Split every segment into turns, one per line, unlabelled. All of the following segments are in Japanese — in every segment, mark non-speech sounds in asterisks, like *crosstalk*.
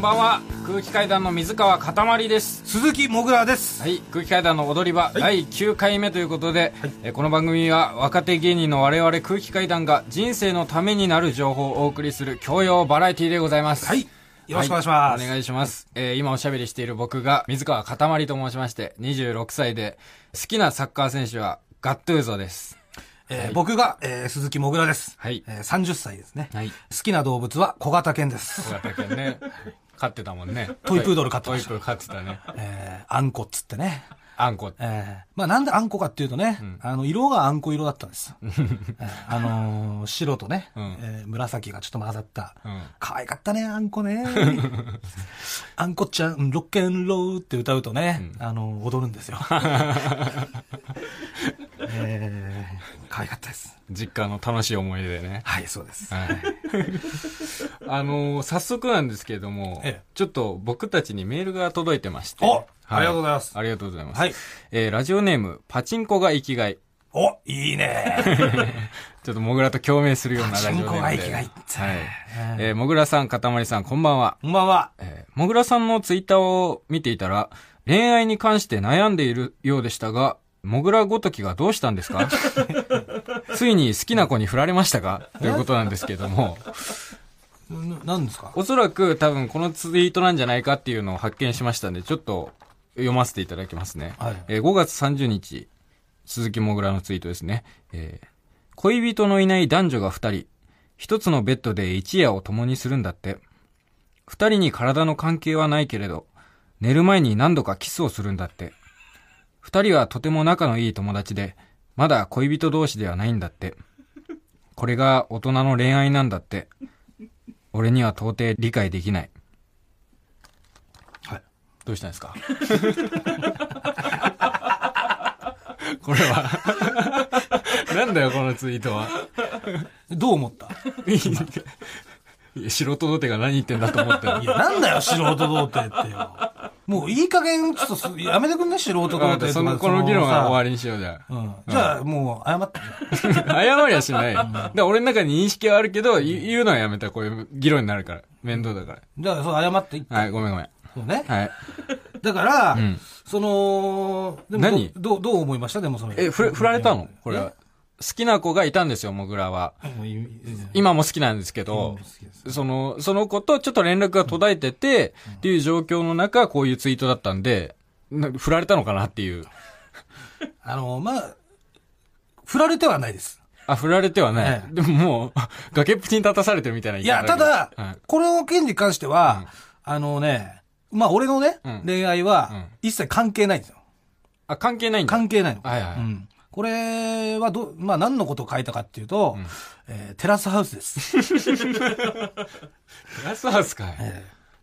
ばんは空気階段の水川かたまりです
鈴木もぐらです
はい空気階段の踊り場、第9回目ということで、えーこの番組は若手芸人の我々空気階段が人生のためになる情報をお送りする教養バラエティでございます
はいよろしくお願いします
はお願いします、えー今おしゃべりしている僕が水川かたまりと申しまして26歳で好きなサッカー選手はガットゥーゾです
えー僕が、えー鈴木もぐらです、
はい
えー30歳ですね、
はい
好きな動物は小型犬です、
小型犬ね飼ってたもんね
トイプードル飼って
ト
ま
イ
した
プー飼ってたね
えーあんこっつってね
あんこ
えーまあなんであんこかっていうとね、あの、色があんこ色だったんですよ。えーあのー白とね、
ん
えー紫がちょっと混ざった。
うん
可愛かったね、あん
*laughs*
こね。あんこちゃん、ロッケンローって歌うとね、あのー踊るんですよ。 *laughs* えー可愛かったです。
実家の楽しい思い出でね
はい、そうです。
はいあのー早速なんですけれども、
ええ
ちょっと僕たちにメールが届いてまして。
おありがとうございます
ありがとうございます。
はい
えーラジオネーム、パチンコが生きがい。
お、いいね。
ちょっとモグラと共鳴す *laughs* るようなラジオネームで。
パチンコが生きがいって
はい。えー、モグラさん、かたまりさん、こんばんは。
こんばんは。
えー、もぐらさんのツイッターを見ていたら、恋愛に関して悩んでいるようでしたが、もぐらごときがどうしたんです
*laughs*
かついに好きな子に振られましたかということなんですけども、
ななんですか
おそらく多分このツイートなんじゃないかっていうのを発見しましたんで、ちょっと読ませていただきますね。
はい
えー5月30日、鈴木もぐらのツイートですね。えー恋人のいない男女が2人、一つのベッドで一夜を共にするんだって。二人に体の関係はないけれど、寝る前に何度かキスをするんだって。二人はとても仲のいい友達で、まだ恋人同士ではないんだって。これが大人の恋愛なんだって。俺には到底理解できない。
はい。
どうしたんですかこれは。 *laughs* なんだよ、このツイートは。
どう思った
*laughs* いや素人童貞が何言ってんだと思ったよ
*laughs* い。や、なんだよ、素人童貞ってよ。もういい加減、ちょっとすやめてくんね、素人童
わかった
貞とか
その、この議論は終わ
り。
りにしようじゃ
*laughs*
あ。
うん、じゃあ、もう、謝って。
謝りはしない。だから俺の中に認識はあるけど、い言うのはやめた。こういう議論になるから。面倒だか
じゃあ、そう、謝っていっ
ら。はい、ごめんごめん。
てね。
はい。
だから、
ん
その、でも
何
どどうどう思いましたでも、その。
え、ふれ、振られたのこれは。好きな子がいたんですよ、モグラは。
え。もういいいい
今も好きなんですけど
好きです、
その、その子とちょっと連絡が途絶えてて、っていう状況の中、こういうツイートだったんで、な振られたのかなっていう。
あの、まあ、振られてはないです。
あ、振られてはない。
ええ
でももう、 *laughs* 崖っぷちに立たされてるみたいな言
い
い方
や、ただ、
はい
この件に関しては、あのね、まあ、俺のね、
ん
恋愛は、一切関係ないんですよ。
あ、関係ないんだ。
関係ないの。
はいはい
うんこれはど、まあ、何のことを書いたかっていうと、えーテラスハウスです。 *laughs*
ラスハウスかい。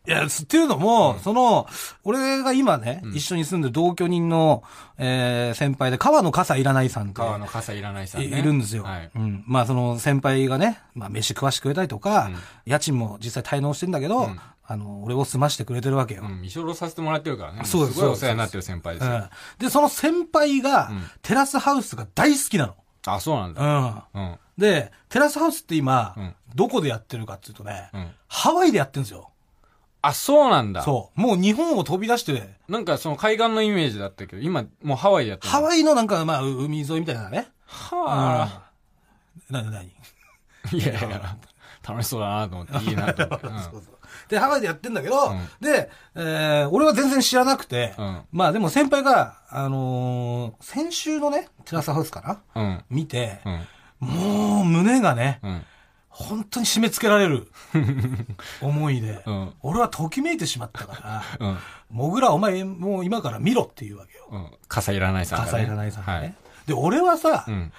いや、すっていうのも、その、俺が今ね、一緒に住んでる同居人の、えー先輩で、川野笠いらないさんって
川の傘いらないさん
い
ね。
いるんですよ。
はい。
うん。まあ、その先輩がね、まあ、飯食わしてくれたりとか、家賃も実際滞納してんだけど、あの、俺を済ましてくれてるわけよ。
うん、一緒にさせてもらってるからね。
そうです
すごいお世話になってる先輩です
う
よ。
んで、その先輩が、テラスハウスが大好きなの。
あ、そうなんだ。
うん。
うん。
で、テラスハウスって今、
ん
どこでやってるかっていうとね、
うん
ハワイでやってるんですよ。
あ、そうなんだ。
そう。もう日本を飛び出して、
なんかその海岸のイメージだったけど、今、もうハワイやってる。
ハワイのなんか、まあ、海沿いみたいなね。
は
な、なに、
ぁ。いやいや、楽しそうだなと思って、いいなと思って。うん
そうそうで、ハワイでやってんだけど、
ん
で、えー、俺は全然知らなくて、
うん
まあでも先輩が、あのー先週のね、テラスハウスかな *laughs*
うん。
見て、
うん。
もう胸がね、
うん。
本当に締め付けられる
*laughs*
思いで、
うん
俺はときめいてしまったから、
うん。
もぐらお前もう今から見ろっていうわけよ。
うん。傘いらないさんがね。
笠井らないさんがね。
はい。
で、俺はさ、
うん。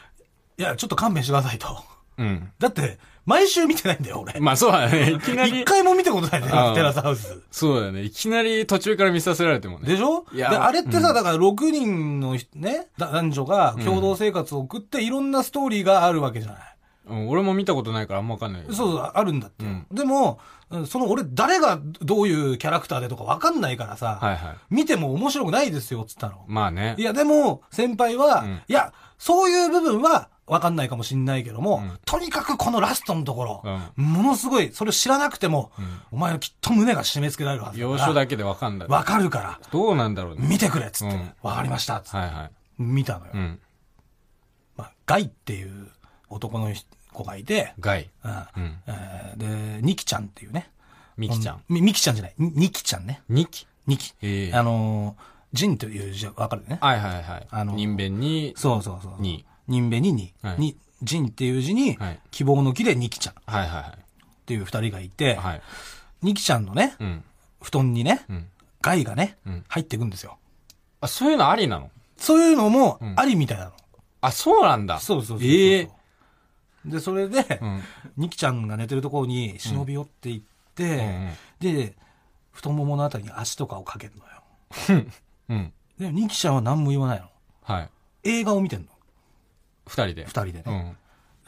いや、ちょっと勘弁してくださいと。
うん。
だって、毎週見てないんだよ、俺。
まあそうだね。いきな
一
り、
回も見たことないんだ
あ
よ、
あ
テラスハウス。
そうだね。いきなり途中から見させられてもね。
でしょ
い
で、
や
あれってさ、だから6人のひね、だ男女が共同生活を送っていろんなストーリーがあるわけじゃない。
うん。俺も見たことないからあんまわかんないけど。
そうそう、あるんだって。でも、うんその俺誰がどういうキャラクターでとかわかんないからさ、
はいはい。
見ても面白くないですよ、つったの。
まあね
い。や、でも、先輩は、
ん
いや、そういう部分は、わかんないかもしんないけども、
うん
とにかくこのラストのところ、
う
ものすごい、それを知らなくても、お前はきっと胸が締め付けられるはずだから。
要所だけでわかんない。
わかるから、
どうなんだろうね。
見てくれっつって、
う
わ、
ん
かりましたっつって、
はいはい。
見たのよ。
うん。
まあ、ガイっていう男の子がいて、
ガイ。
うん
うん。
えーで、ニキちゃんっていうね。
ミキちゃん。
みミキちゃんじゃない。ニニキちゃんね。
ニキ。
ニキ。
ええ
あのー、ジンという字はわかるね。
はいはいはい。
あの
人弁に、
そうそうそう。
に。
人べにに、
はい
に、ジンっていう字に、
はい
希望の木でニキちゃんっ
はいは
ていう二人がいて、
いはい。はい。
ニキちゃんのね、
うん。
布団にね、
うん。
ガイがね、
うん
入ってくんですよ。
あ、そういうのありなの
そういうのも
ん
ありみたいなの。
あ、そうなんだ。
そうそうそうそう
ええ
で、それで、
うん。
ニキちゃんが寝てるところに忍び寄っていって、で、太もものあたりに足とかをかけるのよ。
うん。うん。
で、ニキちゃんは何も言わないの。
はい。
映画を見てんの。
二人で。
二人でね。
うん。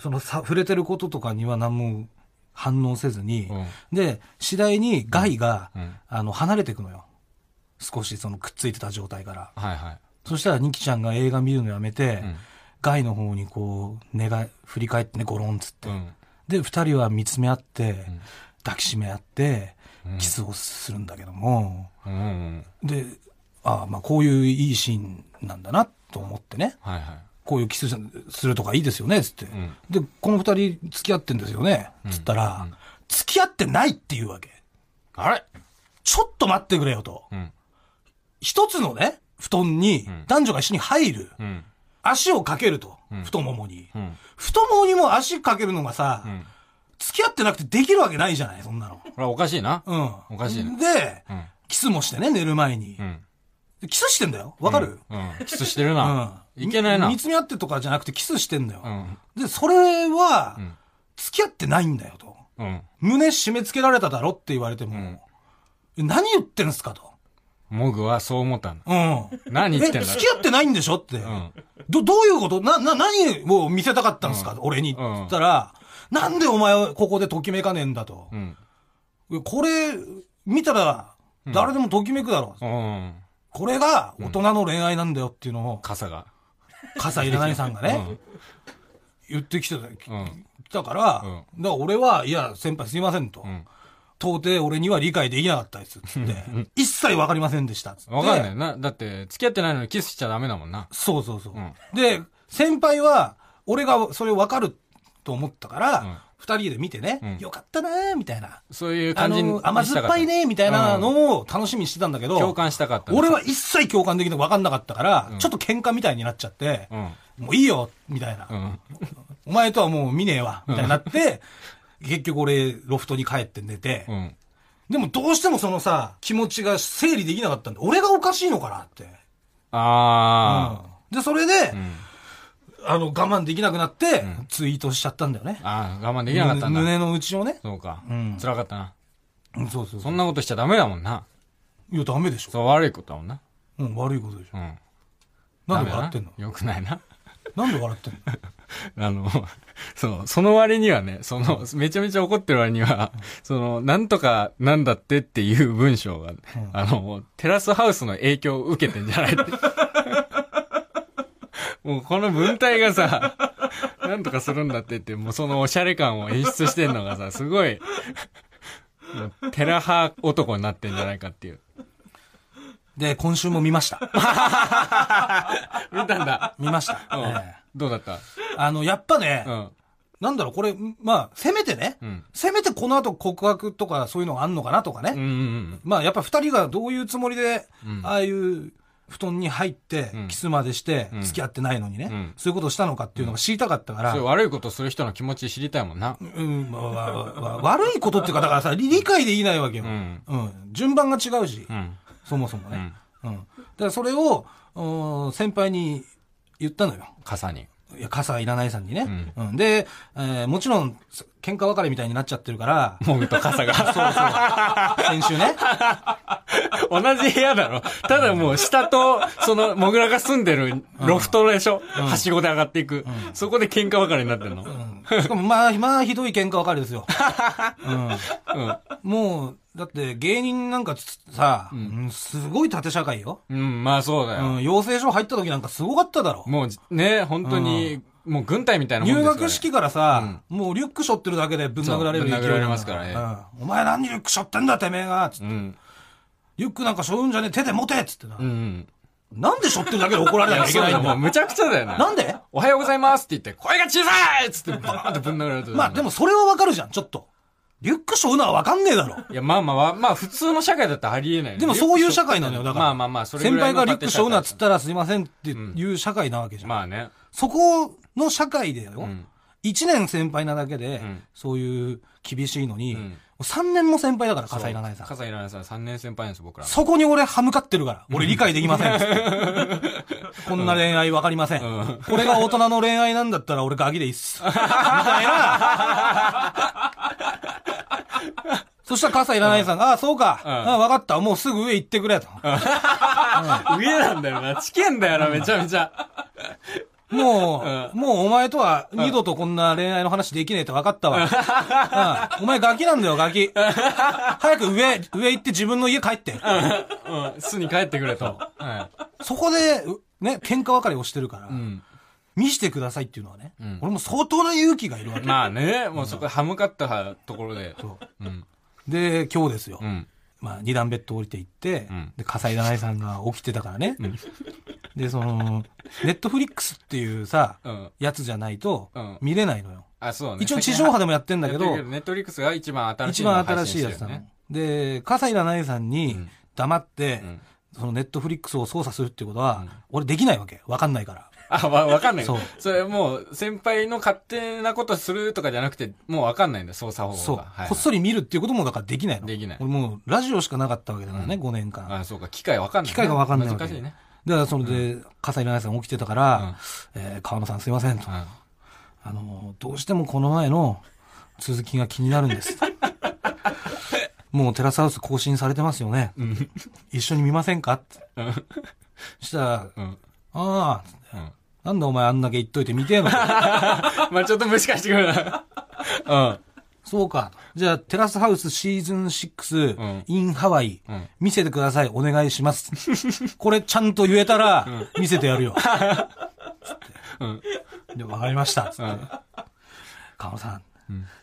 そのさ、触れてることとかには何も反応せずに、
うん
で、次第にガイが、
うん。
あの、離れていくのよ。少しそのくっついてた状態から。
はいはい。
そしたらニキちゃんが映画見るのやめて、
うん
ガイの方にこう、寝が、振り返ってね、ゴロンっつって。
うん。
で、二人は見つめ合って、抱きしめ合って
うん、
キスをするんだけども、
うんうん。
で、ああ、まあこういういいシーンなんだなと思ってね、
はいはい。
こういうキスするとかいいですよね、つって。
ん
で、この二人付き合ってんですよね、つったら、付き合ってないっていうわけ。
あれ
ちょっと待ってくれよと。
うん。
一つのね、布団に男女が一緒に入る。
うん。
足をかけると。太ももに。
うん。
太ももにも足かけるのがさ、
ん
付き合ってなくてできるわけないじゃない、そんなの。
これはおかしいな。
うん。
おかしいね
で、
うん。
キスもしてね、寝る前に
う。ん。
でキスしてんだよ。わかる、
うん。キスしてる
うん、
な。いけないな。
み見つめ合ってとかじゃなくてキスしてんだよ。
うん。
で、それは
ん、
付き合ってないんだよと。
うん。
胸締め付けられただろって言われても、何言ってんすかと。
モグはそう思ったんだ。
うん。
何言ってん
え
だ
付き合ってないんでしょって。
ん
ど、どういうことな、な、何を見せたかったんですか、俺に。って
うん
言ったら、なんでお前はここでときめかねえんだと
う。ん。
これ、見たら、誰でもときめくだろう。
うん。
これが大人の恋愛なんだよっていうのを、
傘が。
笠井七々さんがね、
うん
言ってきてた、き
うん。
たから、
うん
だから俺は、いや、先輩すいませんと。
ん
到底俺には理解できなかったです。つって。一切わかりませんでした。つって。
わかんないな。だって、付き合ってないのにキスしちゃダメだもんな。
そうそうそう。
ん
で、先輩は、俺がそれ分かると思ったか
うん
ら、二、人で見てね、
うん
よかったなーみたいな。
そういう
あ
感じに
の、甘酸っぱいねーみたいなのを楽しみにしてたんだけど、
共感したかった。
俺は一切共感できて分かんなかったから、ちょっと喧嘩みたいになっちゃって、
うん。
もういいよみたいな、
うん。
お前とはもう見ねえわみたいになって、結局俺、ロフトに帰って寝て、
うん。
でもどうしてもそのさ、気持ちが整理できなかったんで、俺がおかしいのかなって。
あ
うんで、それで、
あ。うん。
あの、我慢できなくなって、ツイートしちゃったんだよね。
ああ、我慢できなかったん
胸
だ。
胸の内をね。
そうか
うん。
辛かったな。
うんそうそう
そ
そうん
なことしちゃダメだもんな。
いや、ダメでしょ。
そう、悪いことだもんな。
うん、悪いことでしょ
う。ん。
なんで笑ってんの
よくない *laughs* な。
なんで笑ってんの
あの、そう、その割にはね、その、めちゃめちゃ怒ってる割には、その、なんとかなんだってっていう文章が、あの、テラスハウスの影響を受けてんじゃないって。 *laughs* もうこの文体がさ、なんとかするんだってって、もうそのおしゃれ感を演出してんのがさ、すごい、もうテラ派男になってんじゃないかっていう。
で、今週も見ま
*laughs*
した。
見たんだ。
見ました。
うん
*laughs* え
どうだった
えあの、やっぱね、
うん。
なんだろう、これ、まあ、せめてね、
うん。
せめてこの後告白とかそういうのがあんのかなとかね。
うんうんうん。
まあ、やっぱ二人がどういうつもりで、
うん
ああいう布団に入って、
ん
キスまでして
ん、
付き合ってないのにね、
うん
そういうことをしたのかっていうのが知りたかったから、
そういう悪いことする人の気持ち知りたいもんな。
うん、まあわわ悪いことっていうか、だからさ、理理解できないわけよ。
う
うんん。順番が違うし、
うん。
そもそも
う
ね
ん。。
うん。だからそれを、うん先輩に言ったのよ。
傘に。
いや、傘いらないさんにね。うん。で、えーもちろん、そ喧嘩別れみたいになっちゃってる
*laughs*
から、
モグと傘が。
そうそう。先週ね。
同じ部屋だろ。ただもう下と、その、モグラが住んでるロフトでしょ、はしごで上がっていく。そこで喧嘩別れになってんの。
うんしかも、まあ、まあ、ひどい喧嘩別れですよ。
うん。
うん。もう、だって、芸人なんかつさ、うんすごい縦社会よ。
うん、まあそうだ
う
よ。
ん。養成所入った時なんかすごかっただろ。
もうじね、本当に、もう軍隊みたいなもんです
入
から、ね。
学式からさ、もうリュック背負ってるだけでぶん殴られる
そうぶん殴られますからね
うんお前何リュック背負ってんだてめえがつって
うん。
リュックなんか背負うんじゃねえ手で持てっつってな
う。ん。
なんで背負ってるだけで怒られなきゃいけないん
も
だ
う
よ。
むちゃくちゃだよな。
なんで
おはようございますって言って、声が小さいっつって、バーンってぶん殴られてる
まあでもそれはわかるじゃん、ちょっと。リュック背負うのはわかんねえだろ。
いや、まあまあまあ、まあ普通の社会だったらありえないよね
でもそういう社会なのよ、だから。
まあまあまあ、それ
先
ぐらいの
輩が
家
リュ
庭
ック背負うなっつっ
社会
たらすいませんっていう社会なわけじゃん。
まあね。
そこの社会でよ、
ん
1年先輩なだけで、
ん
そういう厳しいのに、
ん
もう3年も先輩だから、笠井長井さん。
笠井七重さん3年先輩なんです、僕ら。
そこに俺歯向かってるから。俺理解できませんっつって。 *laughs* こんな恋愛わかりません。これが大人の恋愛なんだったら俺ガキでいいっ *laughs* す。みたいな。そしたら笠井らないさんが、ああ、そうか。
ん
ああ、わかった。もうすぐ上行ってくれと。
上なんだよな。チキンだよな、めちゃめちゃ。
もう、もうお前とは二度とこんな恋愛の話できねえって分かったわ。うんお前ガキなんだよ、ガキ。早く上、上行って自分の家帰って。
うん、巣に帰ってくれと。は
そこで、うね、喧嘩別れをしてるから
い。う、ん。
見してくださいっていうのはね
ん、
俺も相当な勇気がいるわけ。
まあね、もうそこ歯向かったところで。
そう
うん。
で、今日ですよ
う。ん。
まあ、二段ベッド降りて行って
うん、
で、笠井七井さんが起きてたからね。で、その、ネットフリックスっていうさ
うん、
やつじゃないと
うん、
見れないのよ。
あ、そうね。
一応地上波でもやってん
な
だけど、
ネットフリックスが一番新しい
一
のを
番
配信
新しい
て
や
る
つなの。
よね
で、笠井七重さんに黙って、
ん
そのネットフリックスを操作するってことは、俺できないわけ。わかんないから。
あ、わ、わかんない。
そう
それもう、先輩の勝手なことするとかじゃなくて、もうわかんないんだよ、操作方法が。
そう、
はい
こっそり見るっていうこともだからできないの。
できない
俺もうラジオしかなかったわけだからね、5年間。
あ、そうか、機械わかんない、
機械がわかんないわけ。
難しいね。
だからそれで、笠井七重さん起きてたから、えー川野さんすいませんと。
うん。
あのー、どうしてもこの前の続きが気になるん
*laughs*
です。もうテラスハウス更新されてますよね。一緒に見ませんかって。そしたら、
ん
ああ、
うん。
なんだお前あんだけ言っといて見てえの
*laughs* まあちょっと無視化してくるな。うん。
そうか。じゃあ、テラスハウスシーズン6、
うん
in ハワイ、
うん
見せてください、お願いします。これちゃんと言えたら、見せてや
*laughs*
るよ。つって。で、わかりました。つって。河野さん,、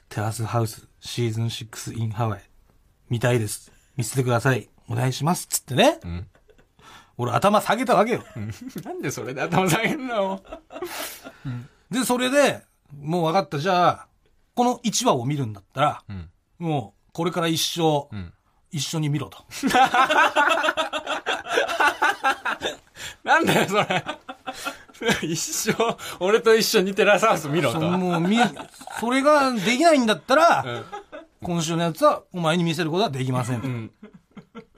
テラスハウスシーズン6 in ハワイ、見たいです。見せてください、お願いします。つってね。
ん
俺頭下げたわけよ。
なんでそれで頭下げんの
で、それで、もう分かった。じゃあ、この1話を見るんだったら、
ん
もう、これから一生、
ん
一緒に見ろと。
なんだよ、それ。一生、俺と一緒にテラスハウス見ろ
そ
と。
のも
*laughs*
う見、それができないんだったら、
ん
今週のやつはお前に見せることはできません。
ん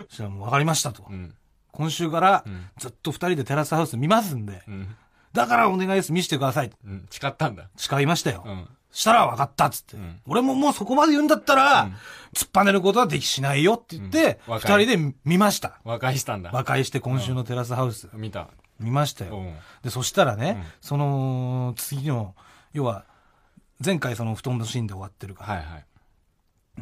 そしたらもう分かりましたと。
ん
今週から、ずっと二人でテラスハウス見ますんで、
ん
だからお願いです、見せてください。
うん、誓ったんだ。
誓いましたよ。
うん
したら分かったっつって、俺ももうそこまで言うんだったら、突っぱねることはできしないよって言って、
うん
二、
和解
人で見ました。
和解したんだ。
和解して今週のテラスハウス、
見た。
見ました
う
よ。
ん。
で、そしたらね、その、次の、要は、前回その布団のシーンで終わってるから、
はいはい。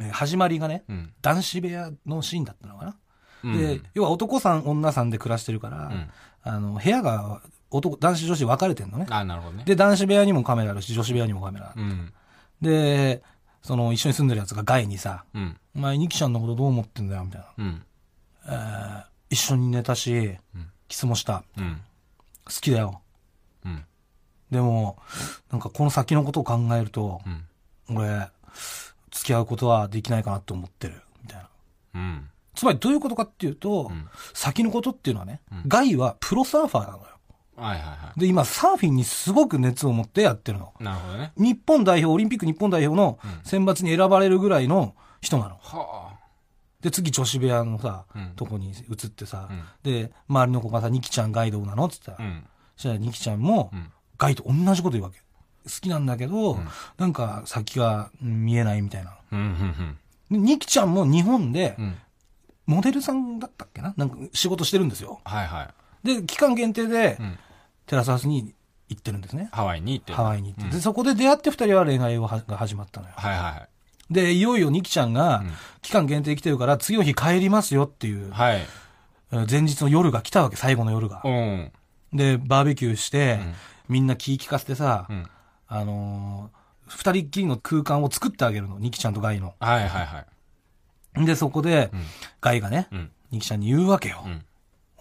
えー始まりがね、
うん。
男子部屋のシーンだったのかな。
うん
で、要は男さん、女さんで暮らしてるから、
ん
あの、部屋が男、男子女子分かれてんのね。
あ、なるほどね。
で、男子部屋にもカメラあるし、女子部屋にもカメラある。
うん。
で、その、一緒に住んでるやつがガイにさ、
うん。
お前、ニキちゃんのことどう思ってんだよ、みたいな。
うん。
一緒に寝たし、キスもした。
うん。
好きだよ。
うん。
でも、なんかこの先のことを考えると、
ん
俺、付き合うことはできないかなって思ってる、みたいな。
うん。
つまりどういうことかっていうと、先のことっていうのはね、ガイはプロサーファーなのよ。
はいはいは
で、今サーフィンにすごく熱を持ってやってるの。
い。なるほどね。
日本代表、オリンピック日本代表の選抜に選ばれるぐらいの人なの。
はあ。
で、次女子部屋のさ、
うん
とこに移ってさ、
ん
で、周りの子がさ、ニキちゃんガイドなのって言った
う
ら、
ん。
そしたらニキちゃんも、
ん
ガイと同じこと言うわけ。好きなんだけど、なんか先がうん見えないみたいな。
うん。うん。
でニキちゃんも日本で
う、ん。
モデルさんだったっけななんか仕事してるんですよ。
はいはい。
で、期間限定で、
ん
テラスハウスに行ってるんですね。
ハワイに行って。
ハ
イ。
ワイに行って。で、そこで出会って二人は恋愛をはが始まったのよ。
はいは
で、いよいよニキちゃんが、期間限定来てるから、次の日帰りますよっていう
い。、はい。
えー前日の夜が来たわけ、最後の夜が
う。ん。
で、バーベキューして、
うん
みんな気利かせてさ、
うん。
あのー二人っきりの空間を作ってあげるの、ニキちゃんとガイの。
はいはいはい。
で、そこで、
うん
ガイがね、
うん。
ニキちゃんに言うわけよ。
うん。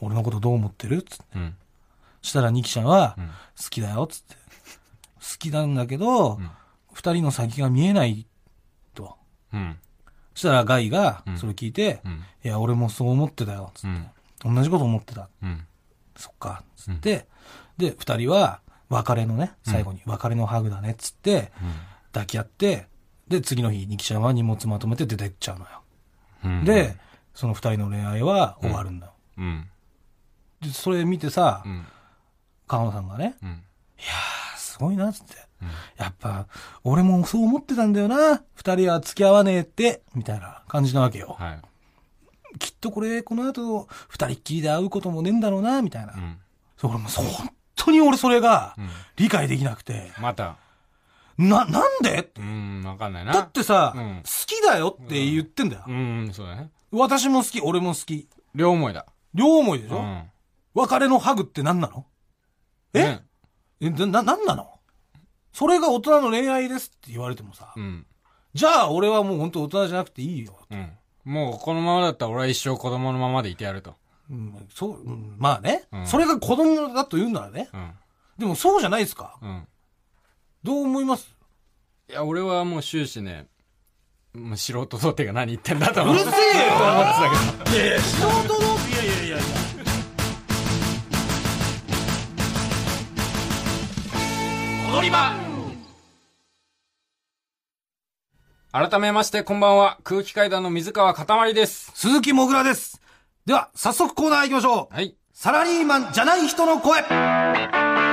俺のことどう思ってるつって
うん。
したらニキちゃんは、
うん
好きだよ、つって。好きなんだけ
う
ど、
ん
二人の先が見えない、と。
うん。
そしたらガイが
うん、
それ聞いて、
うん。
いや、俺もそう思ってたよ、つ
う
っ
ん。
て。同じこと思ってた。
うん。
そっか、つって。で、二人は、別れのね、最後に、別れのハグだね、つって、抱き合って、で、次の日、ニキちゃんは荷物まとめて出てっちゃうのよ。
うん。
で、その二人の恋愛は終わるんだよ。
うん。
で、それ見てさ
う、ん。
河野さんがね、
うん。
あすごいな、つって。
うん
やっぱ、俺もそう思ってたんだよな。二人は付き合わねえって、みたいな感じなわけよ。
はい。
きっとこれ、この後、二人っきりで会うこともねえんだろうな、みたいな。
うん。
そう俺もそう、本当に俺それが
う、ん。
理解できなくて。
また。
な、なんで
うん、わかんないな。
だってさ、
うん
好きだよって言ってんだよ。
うん、そうだね。
私も好き、俺も好き。
両思いだ。
両思いでし
う
ょ、
ん。
別れのハグって何なのえ
ね
え、な、な、なんなのそれが大人の恋愛ですって言われてもさ、
うん。
じゃあ俺はもう本当大人じゃなくていいよ。
うん。もうこのままだったら俺は一生子供のままでいてやると。
うん、そう、うんまあね、
うん
それが子供だと言うならね。
うん。
でもそうじゃないですか。
うん。
どう思います
いや、俺はもう終始ね、もう素人想定が何言ってんだと
う
思っ
るせ
て
え
た
よ
けど。いやいや、
素人のいやいやいやいや。
踊り場改めまして、こんばんは。空気階段の水川かたまりです。
鈴木もぐらです。では、早速コーナー行きましょう。
はい。
サラリーマンじゃない人の声。え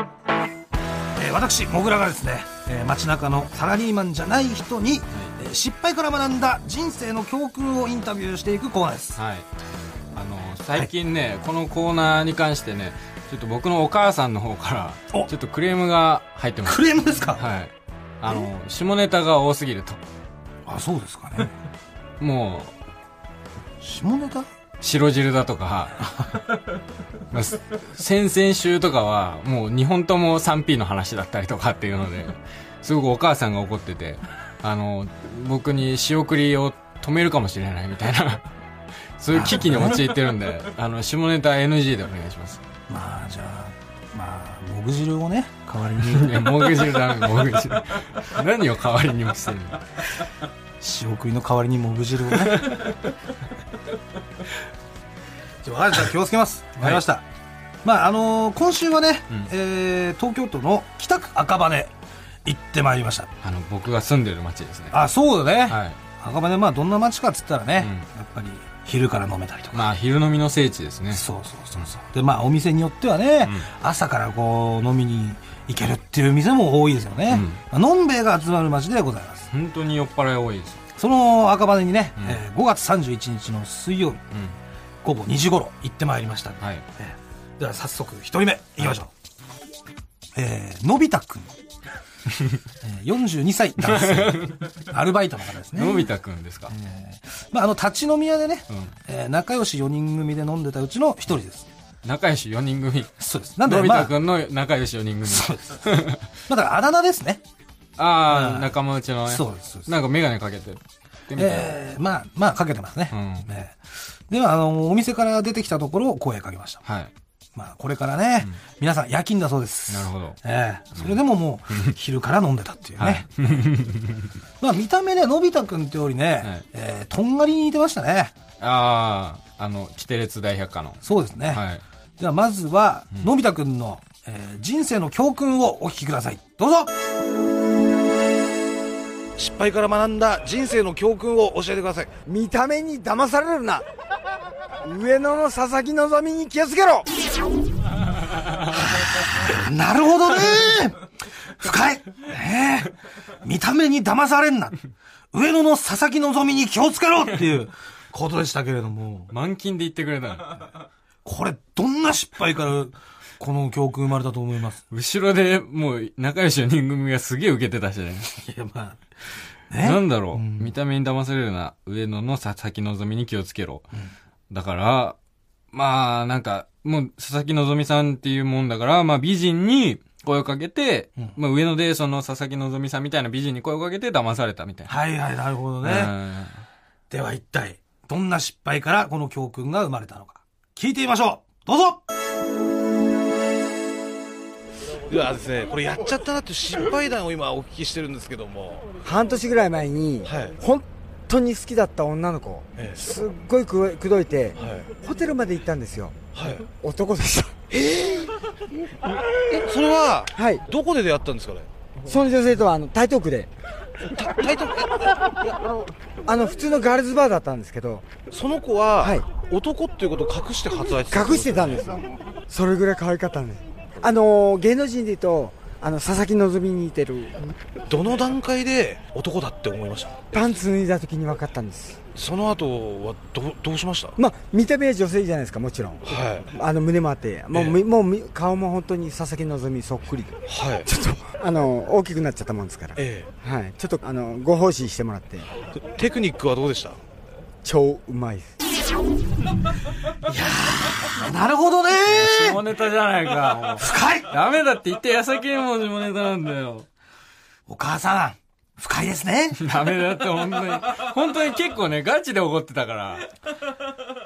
ー私、もぐらがですね、えー街中のサラリーマンじゃない人に、えー失敗から学んだ人生の教訓をインタビューしていくコーナーです。
はい。あの、最近ね、このコーナーに関してね、ちょっと僕のお母さんの方から、
お
ちょっとクレームが入ってます。
クレームですか、
はい。あの、下ネタが多すぎると。
あ、そうですか
*laughs*
ね。
もう、
下ネタ
白汁だとか、まあ、す先々週とかはもう2本とも 3P の話だったりとかっていうのですごくお母さんが怒っててあの僕に仕送りを止めるかもしれないみたいな *laughs* そういう危機に陥ってるんであの下ネタ NG でお願いします
まあ、じゃあ、まあ、もぐ汁をね、代わりに
いやもぐ汁ダメもぐ汁何を代わりにもしてるの
塩食いの代わりにもぶ汁をね *laughs* じゃあ分かりました気をつけます分かりました、まああのー今週はね、
うん
えー東京都の北区赤羽行ってまいりました
あの僕が住んでる町ですね
あそうだね、
はい
赤羽まあどんな街かっつったらね、
う
やっぱり昼から飲めたりとか、
まあ昼飲みの聖地ですね
そうそうそうそうでまあお店によってはね、朝からこう飲みに行けるっていう店も多いですよね、まあのんべえが集まる街でございます
本当に酔っ払い多いです
その赤羽にね、
うん
えー5月31日の水曜日午後2時頃行ってまいりましたん
うん
で、
はい
えーでは早速1人目いきましょう、えーのび太くん、
*laughs*
えー42歳男性アルバイトの方ですね
のび太くんですか、
まああの立ち飲み屋でね、
う
えー仲良し4人組で飲んでたうちの1人です
ん、仲良し4人組
そうですなんで
のび
ま
太
あ
くんの仲良し4人組 *laughs*
そうですまあだからあだ名ですね
あ
う
あ
ん
仲間内のね
そうですそうです
なんか眼鏡かけてるでみたいな、
えーまあまあかけてますね、
うん
えーではあのお店から出てきたところ声かけました
はい
まあ、これからね、皆さん夜勤だそうです。
なるほど
ええそれでももう、昼から飲んでたっていうね。 *laughs* まあ、見た目ね、のび太くんってより
は
ね、
い
ええとんがりに似てましたね。
あああのキテレツ大百科の
そうですね。
はい
では、まずは、のび太くんの、ええ人生の教訓をお聞きください。どうぞ失敗から学んだ人生の教訓を教えてください。
見た目に騙されるな上野の佐々木希に気をつけろ
*laughs* なるほどね深いねえ見た目に騙されんな上野の佐々木希に気をつけろっていうことでしたけれども、
満勤で言ってくれたの
これどんな失敗からこの教訓生まれたと思います
後ろでもう仲良し4人組がすげえ受けてたしね
いや、まあ、
な
ね
んだろう、見た目に騙されるな上野の佐々木希に気をつけろ、だからまあ、なんか、もう、佐々木希さんっていうもんだから、まあ、美人に声をかけて、
うん
まあ、上野で、その、佐々木希さんみたいな美人に声をかけて騙されたみたいな。
はいはい、なるほどね。
うん
では一体、どんな失敗からこの教訓が生まれたのか。聞いてみましょうどうぞ
ではですね、これやっちゃったなっていう失敗談を今お聞きしてるんですけども、
半年ぐらい前に、
はい
本当に好きだった女の子、
ええ
すっごいくどいて、
はい、
ホテルまで行ったんですよ
はい、
男でした
それは
はい
どこで出会ったんですかね、
その女性とはあの台東区で
たタイトルえ
*laughs* あの普通のガールズバーだったんですけど
その子は、
はい
男っていうことを隠して働いてた
隠してたんですよそれぐらい可愛かったんですあのー芸能人で言うとあの佐々木希に似てる
どの段階で男だって思いました
パンツ脱いだ時に分かったんです
その後はどうどうしました
まあ見た目は女性じゃないですかもちろん
はい、
あの胸もあってもう,、
ええ
もうみ顔も本当に佐々木希そっく
*laughs*
り
はい、
ちょっとあの大きくなっちゃったもんですから、
え
はい、ちょっとあのご奉仕してもらって
え、テクニックはどうでした
超うまいです
なるほどね
下ネタじゃないか。
深い
もうダメだって言って矢先にもう下ネタなんだよ。
お母さん、深いですね。
ダメだって本当に。本当に結構ね、ガチで怒ってたから。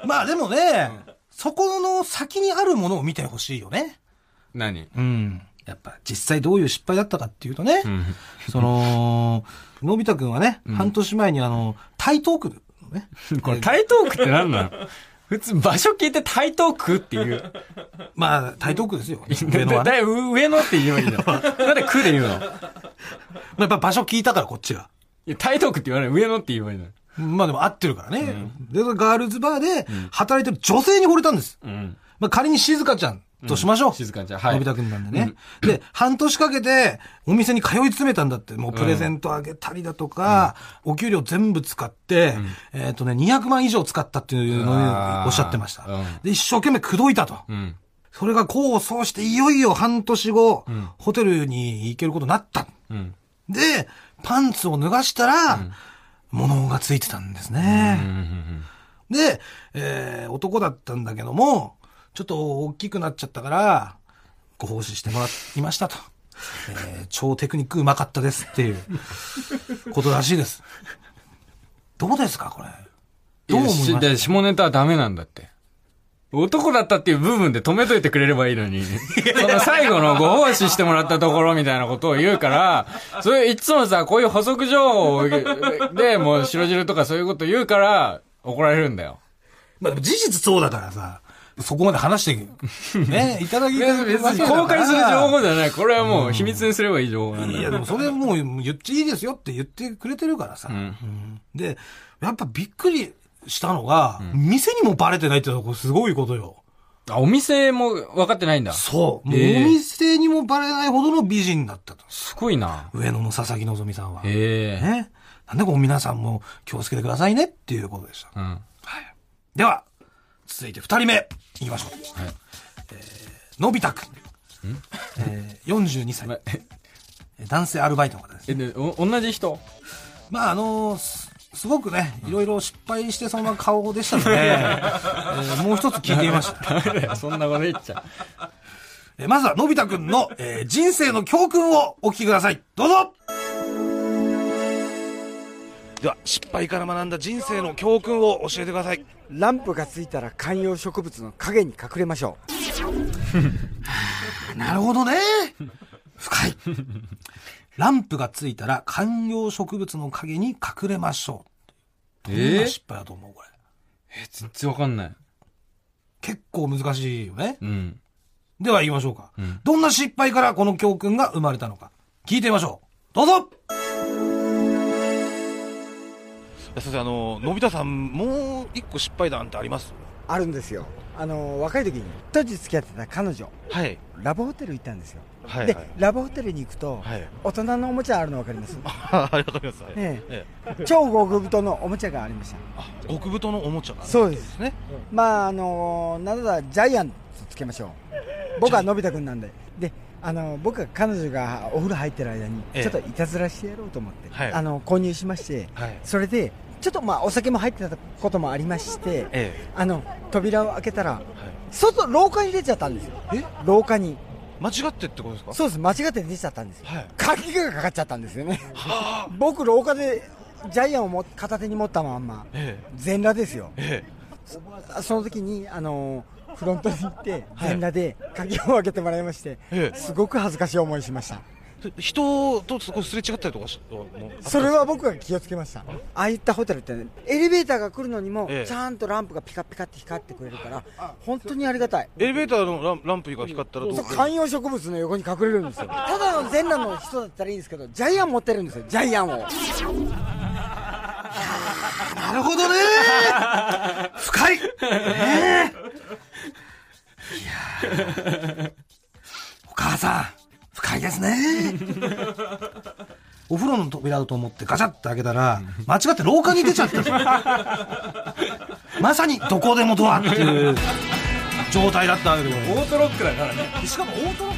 まあでもね、そこの先にあるものを見てほしいよね。
何
うん。やっぱ実際どういう失敗だったかっていうとね、
ん
その、 *laughs* のび太くんはね、半年前にあの、台東区の *laughs* ね、
これ台東区って何なの普通、場所聞いて台東区っていう。
まあ、台東区ですよ。上
上
野
野
はね。
上野って言えばいいの。なんで区で言うのい
まあやっぱ場所聞いたからこっちが。
や、台東区って言わない。上野って言えばいいの。
まあでも合ってるからね。で、ガールズバーで働いてる女性に惚れたんです。
うん。
まあ仮に静香ちゃんとしましょう。
静香ちゃんはい
のび太くんなんでね。で、半年かけてお店に通い詰めたんだって。もうプレゼントあげたりだとか、お給料全部使って、えっ、とね、200万以上使ったっていうのを
う
ね
わー
おっしゃってました。
うん
で、一生懸命口説いたと。
うん。
それが功を奏して、いよいよ半年後、ホテルに行けることになった。
うん。
で、パンツを脱がしたら、物がついてたんですね。で、えー男だったんだけども、ちょっと大きくなっちゃったから、ご奉仕してもらいましたと。えー超テクニックうまかったですっていうことらしいです。どうですか、これ。どう思
い
いま
やし
す
で下ネタはダメなんだって。男だったっていう部分で止めといてくれればいいの
*laughs*
に。その最後のご奉仕してもらったところみたいなことを言うから、それいつもさ、こういう補足情報で、もう白汁とかそういうこと言うから、怒られるんだよ。
まあでも事実そうだからさ、そこまで話して、ね、いただき
い
た
や
い
別に *laughs* 公開する情報じゃない。これはもう秘密にすればいい情報なんだ
いや、
よ。
でもそれもう言っていいですよって言ってくれてるからさ。うんで、やっぱびっくりしたのが、店にもバレてないってのはこれすごいことよ。
あ、お店も分かってないんだ。す
そう。もうお
ええ
店にもバレないほどの美人だったと。
ごいな。
上野の佐々木希さんは。
へえ。
ね。なんでこう皆さんも気をつけてくださいねっていうことでした。
うん。
では、続いて二人目、いきましょう。
はい
えーのび太くん。えー、42歳。男性アルバイトの方です。
え、で、お同じ人
まああのすすごくね、いろいろ失敗してそのまま顔でしたので、えーもう一つ聞いてみました。
ダメだよ、 *laughs* そんなこと言っちゃ。
えーまずは、のび太くんの、えー人生の教訓をお聞きください。どうぞ
では失敗から学んだ人生の教訓を教えてください
ランプがついたら観葉植物の影に隠れましょう
なるほどね。深い。ランプがついたら観葉植物の影に隠れましょう。どん
え
な
ー
失敗だと思うこれ。
え、全然わかんない。
結構難しいよね。
うん。
では行きましょうか、どんな失敗からこの教訓が生まれたのか。聞いてみましょう。どうぞ
先生あののび太さんもう一個失敗談ってあります
あるんですよあのー若い時に当時付き合ってた彼女
はい
ラブホテル行ったんですよ、
はい
で
はい
ラブホテルに行くと、
はい
大人のおもちゃあるの分かります
*laughs* ありがとうございます、はい
え
え
超極太のおもちゃがありました
あ極太のおもちゃがある
そうです
ね
まああのなぜだジャイアントつけましょう僕はのび太くんなんでであの僕は彼女がお風呂入ってる間に
ええ
ちょっといたずらしてやろうと思って、
はい
あの購入しまして
はい
それでちょっとまあお酒も入ってたこともありまして、
え
あの扉を開けたら、
え、はい、
外、廊下に出ちゃったんですよ、
え
廊下に、
間違ってってことですか
そうです、間違って出ちゃったんですよ、
はい
鍵がかかっちゃったんですよね、
はあ
僕、廊下でジャイアンをも片手に持ったまんま、
え
全裸ですよ、
ええ
その時にあのフロントに行って、全裸で鍵を開けてもらいまして、
ええ
すごく恥ずかしい思いしました。
え人とそこすれ違ったりとかしもうあった
それは僕が気をつけましたああいったホテルって、ね、エレベーターが来るのにも
ええ
ちゃんとランプがピカピカって光ってくれるから本当にありがたい
エレベーターのランランプが光ったらどう
そう観葉植物の横に隠れるんですよただの全裸の人だったらいいんですけどジャイアン持ってるんですよジャイアンを
なるほ *laughs* どね深いねえいやーお母さん、深いですねお風呂の扉だと思ってガチャッて開けたら、間違って廊下に出ちゃった。まさにどこでもドアっていう状態だったわけでございます
オートロックだからね
しかもオートロック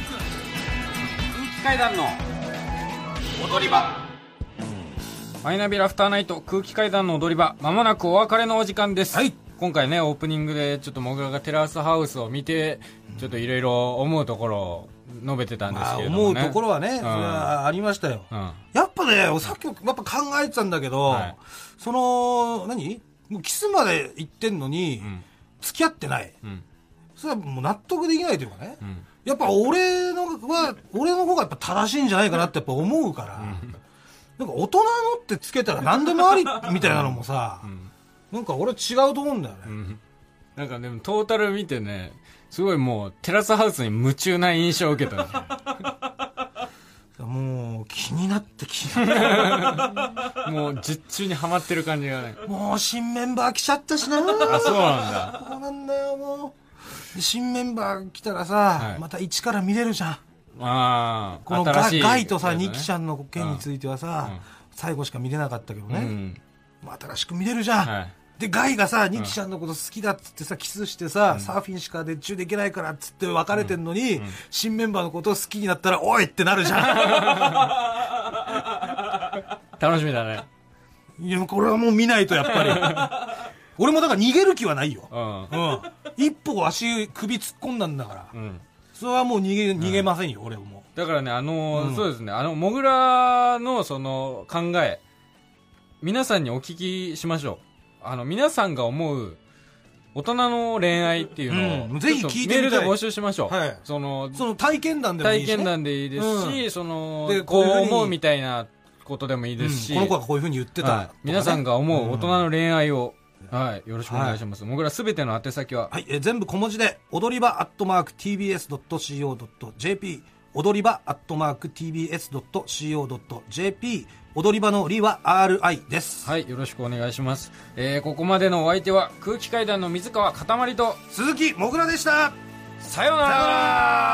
マイナビラフターナイト空気階段の踊り場、まもなくお別れのお時間です。
はい
今回ね、オープニングで、ちょっともぐらがテラスハウスを見て、ちょっといろいろ思うところを述べてたんです
まあ、
けれども、
思う
ね。
ところはね、そ
は
れはありましたよ。
うん。
やっぱね、さっきもやっぱ考えてたんだけど、
はい
その、何もうキスまで行ってんのに、
ん
付き合ってない。
うん。
それはもう納得できないというかね。
ん
やっぱ俺のは、俺の方がやっぱ正しいんじゃないかなってやっぱ思うから、なんか大人のってつけたら何でもありみたいなのもさ、なんか俺は違うと思うんだよね。
うん。なんかでも、トータル見てね、すごいもう、テラスハウスに夢中な印象を受け
*laughs*
たね。
もう気になって気になって。
もう、術中にはまってる感じがね。
もう新メンバー来ちゃったしな
あ、そうなんだ。
そうなんだよ、もう。で新メンバー来たらさ、
い
また一から見れるじゃん。
ああ、
このガ,、
新しい
ガイとさ、
やつね
ニキちゃんの件についてはさ、
うん
最後しか見れなかったけど
う
ね。
ん。
まあ新しく見れるじゃん。
はい
で、ガイがさ、ニキちゃんのこと好きだっつってさ、キスしてさ、サーフィンしか熱中できないからっつって別れてんのに、新メンバーのことを好きになったら、おいってなる
*laughs*
じゃ
楽しみだね。
ん。いや、これはもう見ないとやっぱり。
*laughs*
俺もだから逃げる気はないよ。
うん
う。ん。一歩足、首突っ込んだんだから。
うん。
それはもう逃げ、逃げませんよ、俺も。
だからね、あのーそうですね、あの、モグラのその考え、皆さんにお聞きしましょう。あの、皆さんが思う、大人の恋愛っていうのを、
うんぜひ
ちょっと
聞いてみたい
メールで募集しましょう。
はい
その、
その体験談でもいい
体
し、ね。
験談でいいですし、その
で、
こう
こういうふうに
思うみたいなことでもいいですし、
うんこの子がこういうふうに言ってた、
はい皆さんが思う大人の恋愛を、はい、よろしくお願いします。モグラすべての宛先は、
はい、えー全部小文字で、踊り場アットマーク tbs.co.jp、踊り場アットマーク tbs.co.jp、踊り場のりは RI です。
はい、よろしくお願いします。えーここまでのお相手は、空気階段の水川かたまりと、
鈴木もぐらでした
さような
さよ
ら
なら